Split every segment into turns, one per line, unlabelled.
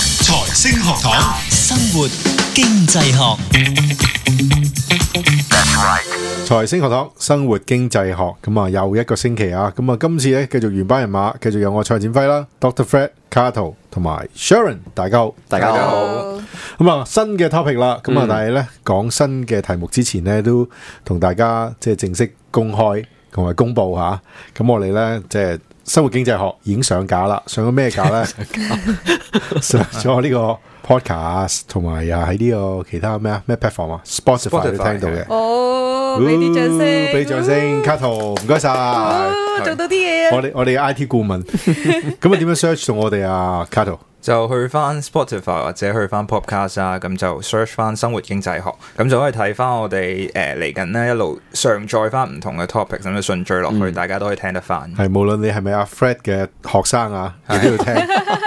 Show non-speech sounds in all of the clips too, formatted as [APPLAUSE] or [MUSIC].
星學堂，
生活經濟學，
財星學堂生活經濟學咁啊，又一個星期啊，咁啊，今次咧繼續原班人馬，繼續有我蔡展輝啦，Doctor Fred、Cato 同埋 Sharon，大家好，
大家好，
咁啊，新嘅 topic 啦，咁啊，但係咧講新嘅題目之前咧，都同大家即係正式公開同埋公佈下，咁我哋咧即係生活經濟學已經上架啦，上咗咩架咧？上咗呢個 podcast，同埋啊喺呢個其他咩啊咩 platform 啊，Spotify 都
Spotify，
聽到嘅。
哦，俾啲掌聲，
俾掌聲，卡圖唔該晒。
哦做到啲嘢啊！
我哋我哋嘅 I T 顧問，咁啊點樣 search 到我哋啊？卡圖
就去翻 Spotify 或者去翻 Podcast 啊，咁就 search 翻生活經濟學，咁就可以睇翻我哋誒嚟緊咧一路上載翻唔同嘅 topic，咁就順序落去，大家都可以聽得翻。
係無論你係咪阿 Fred 嘅學生啊，你都要聽。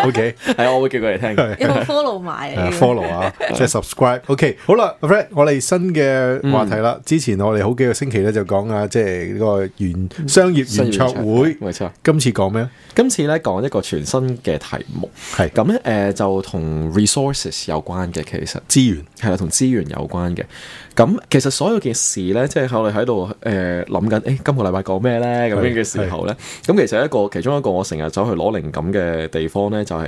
O K
系啊我會叫佢嚟聽。
有冇 follow 埋啊？
À, follow 啊，即係 subscribe。O K 好啦，Fred，我哋新嘅話題啦。之前我哋好幾個星期咧就講啊，即係呢個原商業
新
原
唱
唱會。
冇錯。
今次講咩咧？
今次咧講一個全新嘅題目，
係
咁咧誒就同 resources 有關嘅，其實
資源
係啦，同資源有關嘅。咁其實所有件事咧，即係我哋喺度誒諗緊，誒、今個禮拜講咩咧？咁樣嘅時候咧，咁其實一個其中一個我成日走去攞靈感嘅地方咧，就係、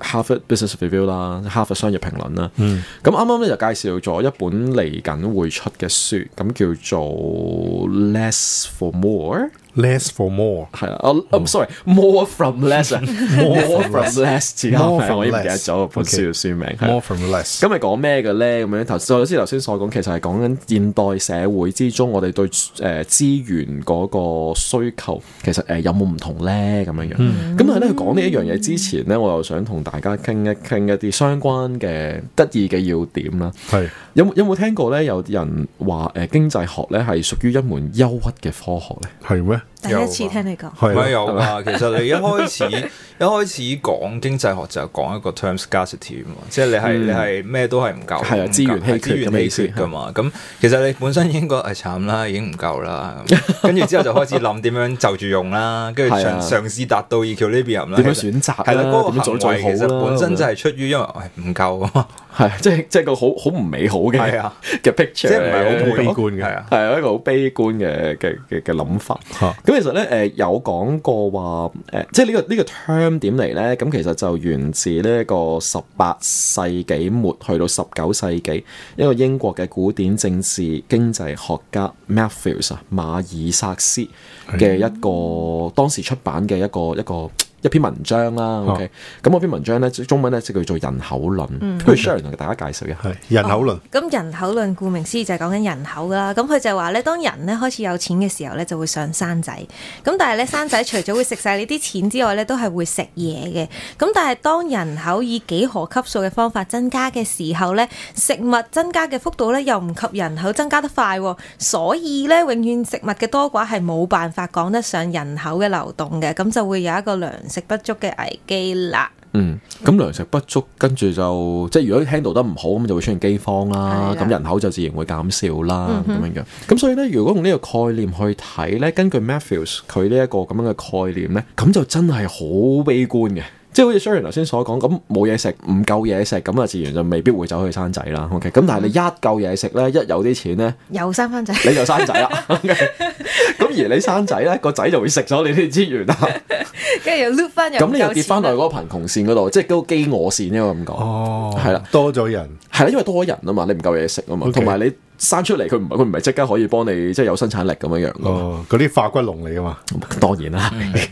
Harvard Business Review 啦，哈佛商業評論啦。咁啱啱咧就介紹咗一本嚟緊會出嘅書，咁叫做 Less for More。
less for more。
係啦，我
嗯
我 sorry，more
[LAUGHS]
from less 啊，more from less 字啱
More
係
from
我已經唔記得
less
咗本書
Okay
嘅書名係啦啊
more from less。
咁係講咩嘅咧？咁樣頭先，好似頭先所講，其實係講緊現代社會之中，我哋對誒資源嗰個需求，其實誒有冇唔同咧？咁樣樣。咁、
嗯
但係咧，佢講呢一樣嘢之前咧，我又想同大家傾一傾一啲相關嘅得意嘅要點啦。
係
有冇有冇聽過咧？有人話誒經濟學咧係屬於一門憂鬱嘅科學咧？
係咩？
第一
啊
次聽你講，
係
咪
啦
有啊！其實你一開始
[LAUGHS]
一開始講經濟學就係講一個 term scarcity 啊嘛，即係你係你係咩都係唔夠，
嗯係啊
唔夠
資源稀
係
缺
資源
咁嘅意
稀
思
缺噶嘛。咁其實你本身應該係哎慘啦，已經唔夠
[LAUGHS]
啦。咁跟住之後就開始諗點樣就住用啦，跟住
係
嘗
啊
嘗試達到 equilibrium 啦。
點樣
其實
選擇啦
係啦，嗰
點樣
個行
做得最好
為其實
啦
本身就係出於因為唉唔夠啊
[LAUGHS]
嘛，
係，即係即係個好好唔美好嘅
係啊
嘅 picture，
即係唔係好
悲
滿
觀嘅
係啊。
係一個好悲觀嘅嘅嘅嘅諗法。
嚇
咁其實咧，誒、有講過話，誒、即係呢、個呢、個 term 點嚟咧？咁其實就源自呢一個十八世紀末去到十九世紀一個英國嘅古典政治經濟學家 Matthews 啊馬爾薩斯嘅一個當時出版嘅一個一個。一篇文章啦，OK，咁嗰篇文章咧，中文咧就叫做人口論，不如 Sharon 同大家介紹一下。
係人口論。
哦咁人口論顧名思義就係講緊人口噶啦。咁佢就話咧，當人咧開始有錢嘅時候咧，就會想生仔。咁但係咧，生仔除咗會食晒你啲錢之外咧，都係會食嘢嘅。咁但係當人口以幾何級數嘅方法增加嘅時候咧，食物增加嘅幅度咧又唔及人口增加得快喎，所以咧永遠食物嘅多寡係冇辦法講得上人口嘅流動嘅，咁就會有一個糧食不足嘅危機啦。
嗯，咁糧食不足，跟住就即係如果 handle 得唔好，咁就會出現饑荒啦
係，啦嗯
咁人口就自然會減少啦，咁樣樣。咁所以咧，如果用呢個概念去睇咧，根據 Matthews 佢呢一個咁樣嘅概念咧，咁就真係好悲觀嘅。即係好似 Sharon 頭先所講，咁冇嘢食，唔夠嘢食，咁啊自然就未必會走去生仔
嗯
啦。OK，咁但係你一夠嘢食咧，一有啲錢咧，
又生翻仔。
你就生仔啦。OK，咁而你生仔咧，個仔就會食咗你啲資源啦。
跟住又 loop 翻又
咁你又跌翻落去嗰個貧窮線嗰度，即係嗰個饑餓線應該咁講。
哦
係啦，
多咗人。
係啦，因為多人啊嘛，你唔夠嘢食啊嘛，
OK
同埋你生出嚟佢唔佢唔係即刻可以幫你即係有生產力咁樣樣噶嘛，
哦，嗰啲化骨龍嚟噶嘛？
當然啦。嗯 [LAUGHS]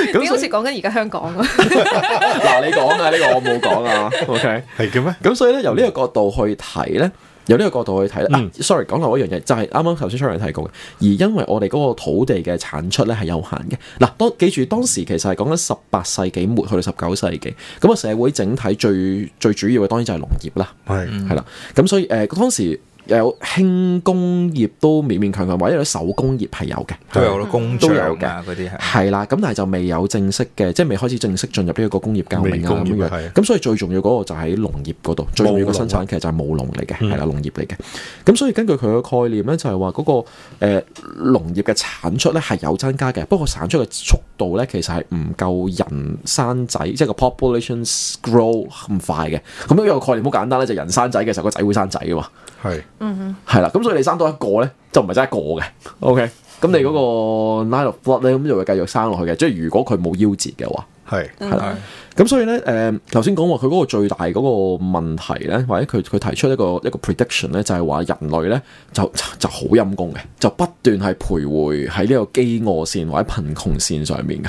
咁
你
所
好
以
似講緊而家香港啊？
[LAUGHS] 嗱，你講啊，呢個我冇講 [LAUGHS] 啊，OK。
係嘅咩？
咁所以咧，由呢個角度去睇咧，由呢個角度去睇咧、
嗯
啊，sorry，講漏一樣嘢，就係啱啱頭先 Sharon 提過嘅，而因為我哋嗰個土地嘅產出咧係有限嘅。嗱，當記住當時其實係講緊十八世紀末去到十九世紀，咁啊個社會整體最最主要嘅當然就係農業啦。
係
係啦，咁所以誒、呃、當時有輕工業都勉勉強強，或者有啲手工業係有嘅。
都有咯，工
都
匠
有
啊
嘅
嗰啲係。
係啦，咁但係就未有正式嘅，即係未開始正式進入呢個工業革
未
命啊
工
咁
業啊係
樣。咁所以最重要嗰個就喺農業嗰度，最重要嘅生產其實就係務農嚟嘅，
嗯
係啦，農業嚟嘅。咁所以根據佢嘅概念咧，就係話嗰個誒、呃、農業嘅產出咧係有增加嘅，不過產出嘅速度咧其實係唔夠人生仔，即係個 population grow 咁快嘅。咁樣一個概念好簡單咧，就人生仔嘅時候個仔會生仔嘅嘛。
係
係啦，咁所以你生多一個咧，就唔係真係一個嘅。OK，咁你嗰個 line of blood 咧，咁就會繼續生落去嘅。即係如果佢冇夭折嘅話，
係
係啦。咁所以咧，誒頭先講話佢嗰個最大嗰個問題咧，或者佢佢提出一個一個 prediction 咧，就係話人類咧就 [LAUGHS] 就好陰功嘅，就不斷係徘徊喺呢個飢餓線或者貧窮線上面嘅。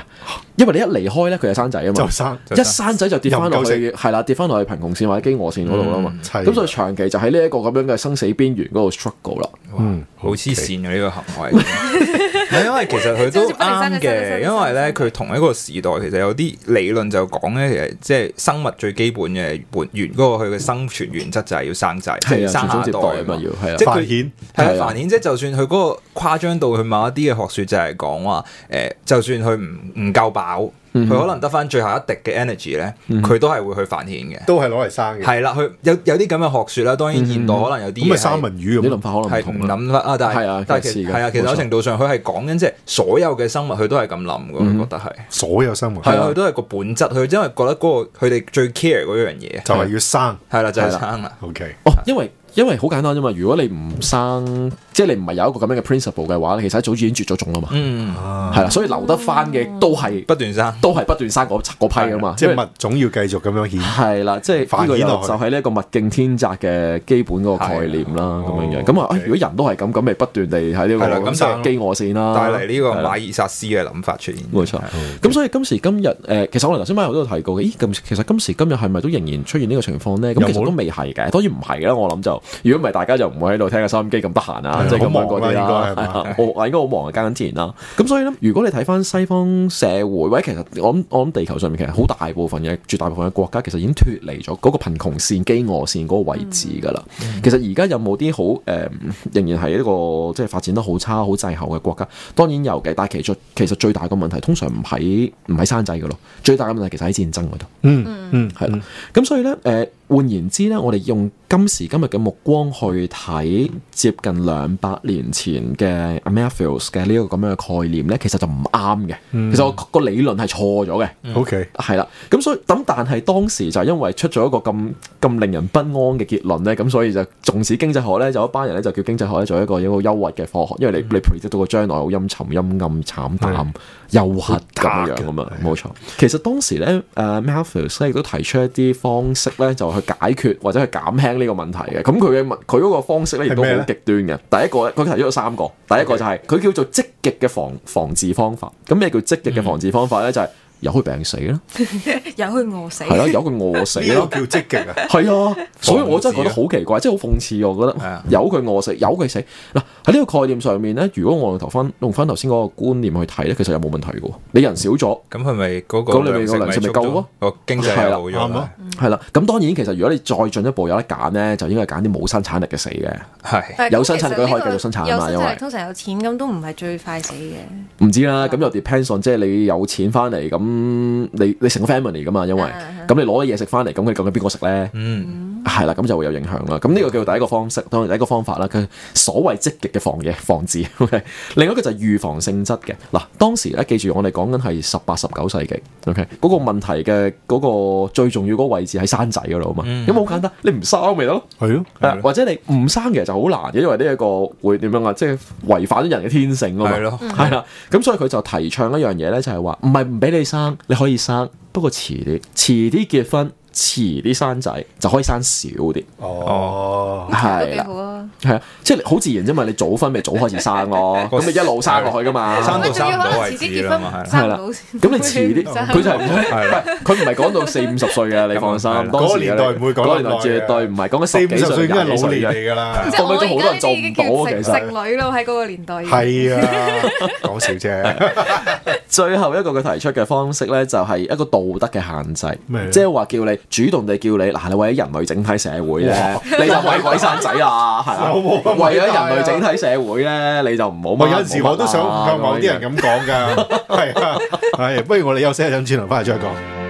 因為你一離開咧，佢就生仔啊嘛
就。生
就
一生仔就跌翻落
又
去，係啦，跌翻落去貧窮線或者飢餓線嗰度啦嘛。
嗯係
咁所以長期就喺呢一個咁樣嘅生死邊緣嗰度 struggle 啦。
嗯，好黐線嘅呢個行為， [LAUGHS] 唔係因為其實佢都啱嘅，因為咧佢同一個時代其實有啲理論就講咧，其實即係生物最基本嘅本源嗰個佢嘅生存原則就係要生仔，即
係
係
啊，
生
傳宗
下
接
一
代
代
啊嘛
嘛，
要係
即
啊，
係
繁
佢
衍
係
係
啊，
啊
繁衍即係就算佢嗰個誇張到去某一啲嘅學説就係講話誒，就算佢唔唔夠飽，
嗯
佢可能得翻最後一滴嘅 energy 咧，佢都係會去繁衍嘅。
嗯
都係攞嚟生嘅，
係啦，佢有有啲咁嘅學説啦，當然現代可能有啲
咁咪
嘢
三
係
文魚
啲
咁
諗法可能唔
係
同
唔
啦。
諗啦啊！但
係啊
係但係
其
其
實
係啊，其實
冇錯
某程度上佢係講緊即係所有嘅生物，佢都係咁諗嘅。佢覺得係
所有生活
係啊，
嗯啊
佢都係個本質，佢因為覺得嗰個佢哋最 care 嗰樣嘢
就係要生。
係啦，就係
係啦
生啦。
OK，
哦，因為因為好簡單啫嘛。如果你唔生，即係你唔係有一個咁樣嘅 principle 嘅話咧，其實一早已經絕咗種啦嘛。
嗯，
係啦，所以留得翻嘅都係
不斷生。
都係不斷生嗰嗰批啊嘛。
即
因為
係物種要繼續咁樣顯。
係啦，即係
繁
呢個
衍
又
落去
就係呢一個物競天擇嘅基本嗰個概念啦，咁樣樣。咁啊，
OK
哎如果人都係咁，咁咪不斷地喺呢
係啦咁
個
就
飢餓線啦，
帶嚟呢個
係
馬
啦
爾薩斯嘅諗法出現，
冇錯。咁所以今時今日，誒、其實我哋頭先馬友都有提過嘅，咦，咁其實今時今日係咪都仍然出現呢個情況咧？
有
咁
冇
其實都未係嘅，當然唔係啦。我諗就，如果唔係，大家就唔會喺度聽個收音機咁得閒啊
係，
即係咁
好
樣嗰
忙啦
啲啦
應該係嘛。
我我應該好忙啊，耕緊田啦。咁所以咧，如果你睇翻西方社會，或者其實我諗我諗地球上面其實好大部分嘅絕大部分嘅國家，其實已經脱離咗嗰個貧窮線、飢餓線嗰個位置㗎啦。
嗯
其實而家有冇啲好誒、仍然係一個即係發展得好差、好滯後嘅國家？當然有嘅，但係其實其實最大嘅問題通常唔喺唔喺生仔㗎咯，最大嘅問題其實喺戰爭嗰度。
嗯嗯，
係啦。咁所以咧，誒、呃、換言之咧，我哋用今時今日嘅目光去睇接近兩百年前嘅 Matthews 嘅呢個咁樣嘅概念咧，其實就唔啱嘅。其實我個理論係錯咗嘅。
OK，
係啦，咁所以咁，但係當時就係因為出咗一個咁咁令人不安嘅結論咧，咁所以就縱使經濟學咧，就有一班人咧就叫經濟學咧做一個一個憂鬱嘅科學，因
嗯
為你你 predict 到個將來好陰沉、陰暗、慘淡、憂鬱咁樣咁啊，冇錯。其實當時咧，誒 Malthus 咧亦都提出一啲方式咧，就去解決或者去減輕呢個問題嘅。咁佢嘅問佢嗰個方式咧亦都
係
好
咩呢
極端嘅。第一個咧，佢提出咗三個，第一個就係佢叫做積極嘅防防治方法。咁咩叫積極
嗯
嘅防治方法咧？就係由佢病死啦。
由佢餓死。
係啦，由佢餓死
呢 [LAUGHS]
啦。
個叫積極啊！
係啊，所以我真係覺得好奇怪，即係好諷刺，我覺
係
得
啊
由佢餓死，由佢死嗱喺呢個概念上面咧，如果我用頭翻用翻頭先嗰個觀念去睇咧，其實又冇問題嘅喎，你人少咗。
咁佢咪嗰個
咁你咪
糧食
個糧食咪
足咗
夠咯，
個經
係
濟又冇
啦
咗
啱啊
啦，
係啦，咁當然其實如果你再進一步有得揀咧，就應該係揀啲冇生產力嘅死嘅，
係
有生產力佢可以繼續生產啊嘛
有生
因
產
為
力通常有錢咁都唔係最快死嘅。
唔知啦。咁又 depends on 即係你有錢翻嚟，咁你你成個 family 噶嘛，因為
啊啊
咁你攞咗嘢食翻嚟，咁佢究竟邊個食咧？
嗯
係啦，咁就會有影響啦。咁呢個叫做第一個方式，當然第一個方法啦。佢所謂積極嘅防嘢防治，OK。另 [LAUGHS] 一個就係預防性質嘅。嗱，當時咧記住我哋講緊係十八、十九世紀，OK。嗰個問題嘅嗰個最重要嗰個位置喺生仔嗰度啊嘛。咁好簡單，你唔生咪得咯。
係咯，
啊或者你唔生其實就好難嘅，因為呢一個會點樣啊？即係違反咗人嘅天性啊嘛。
係咯
係啦。咁所以佢就提倡一樣嘢咧，就係話唔係唔俾你生，你可以生，不過遲啲，遲啲結婚，遲啲生仔就可以生少啲。
哦，
都
係
幾
啦
好，啊！
係啊，即係好自然啫嘛。你早婚咪早開始
[LAUGHS]
生咯，咁你一路生落去噶嘛。
生到
喂仲要可能
生唔到
遲
為
啲
止
結
啦嘛
婚
係
生
啦
唔到先，
咁你遲 [LAUGHS] 啲，
生
佢就係唔佢唔係講到四五十歲啊嘅，你放心。
係啦
嗰
當時
個年代唔會講
嗰個
咁
年
耐
代
嘅
絕對唔係講緊
四
十
五
幾
十歲
歲
已經係
廿
老
幾歲
年
啫。
嚟㗎
[LAUGHS]
啦，
即係我
放低咗好多
而家
人做
呢
唔
啲
到
叫
啊其
食
實
食女咯，喺嗰個年代已經。
係啊，講笑啫，
最後一個佢提出嘅方式咧，就係一個道德嘅限制
咩，
即係話叫你主動地叫你嗱，你為咗人類整體社會咧，你就為鬼生仔啊，係啊，
有冇咁偉大啊
為咗人類整體社會咧，你就唔好
我有陣時啊我都想向某啲人咁講㗎，係啊，係不如我哋休息一陣，轉頭翻嚟再講。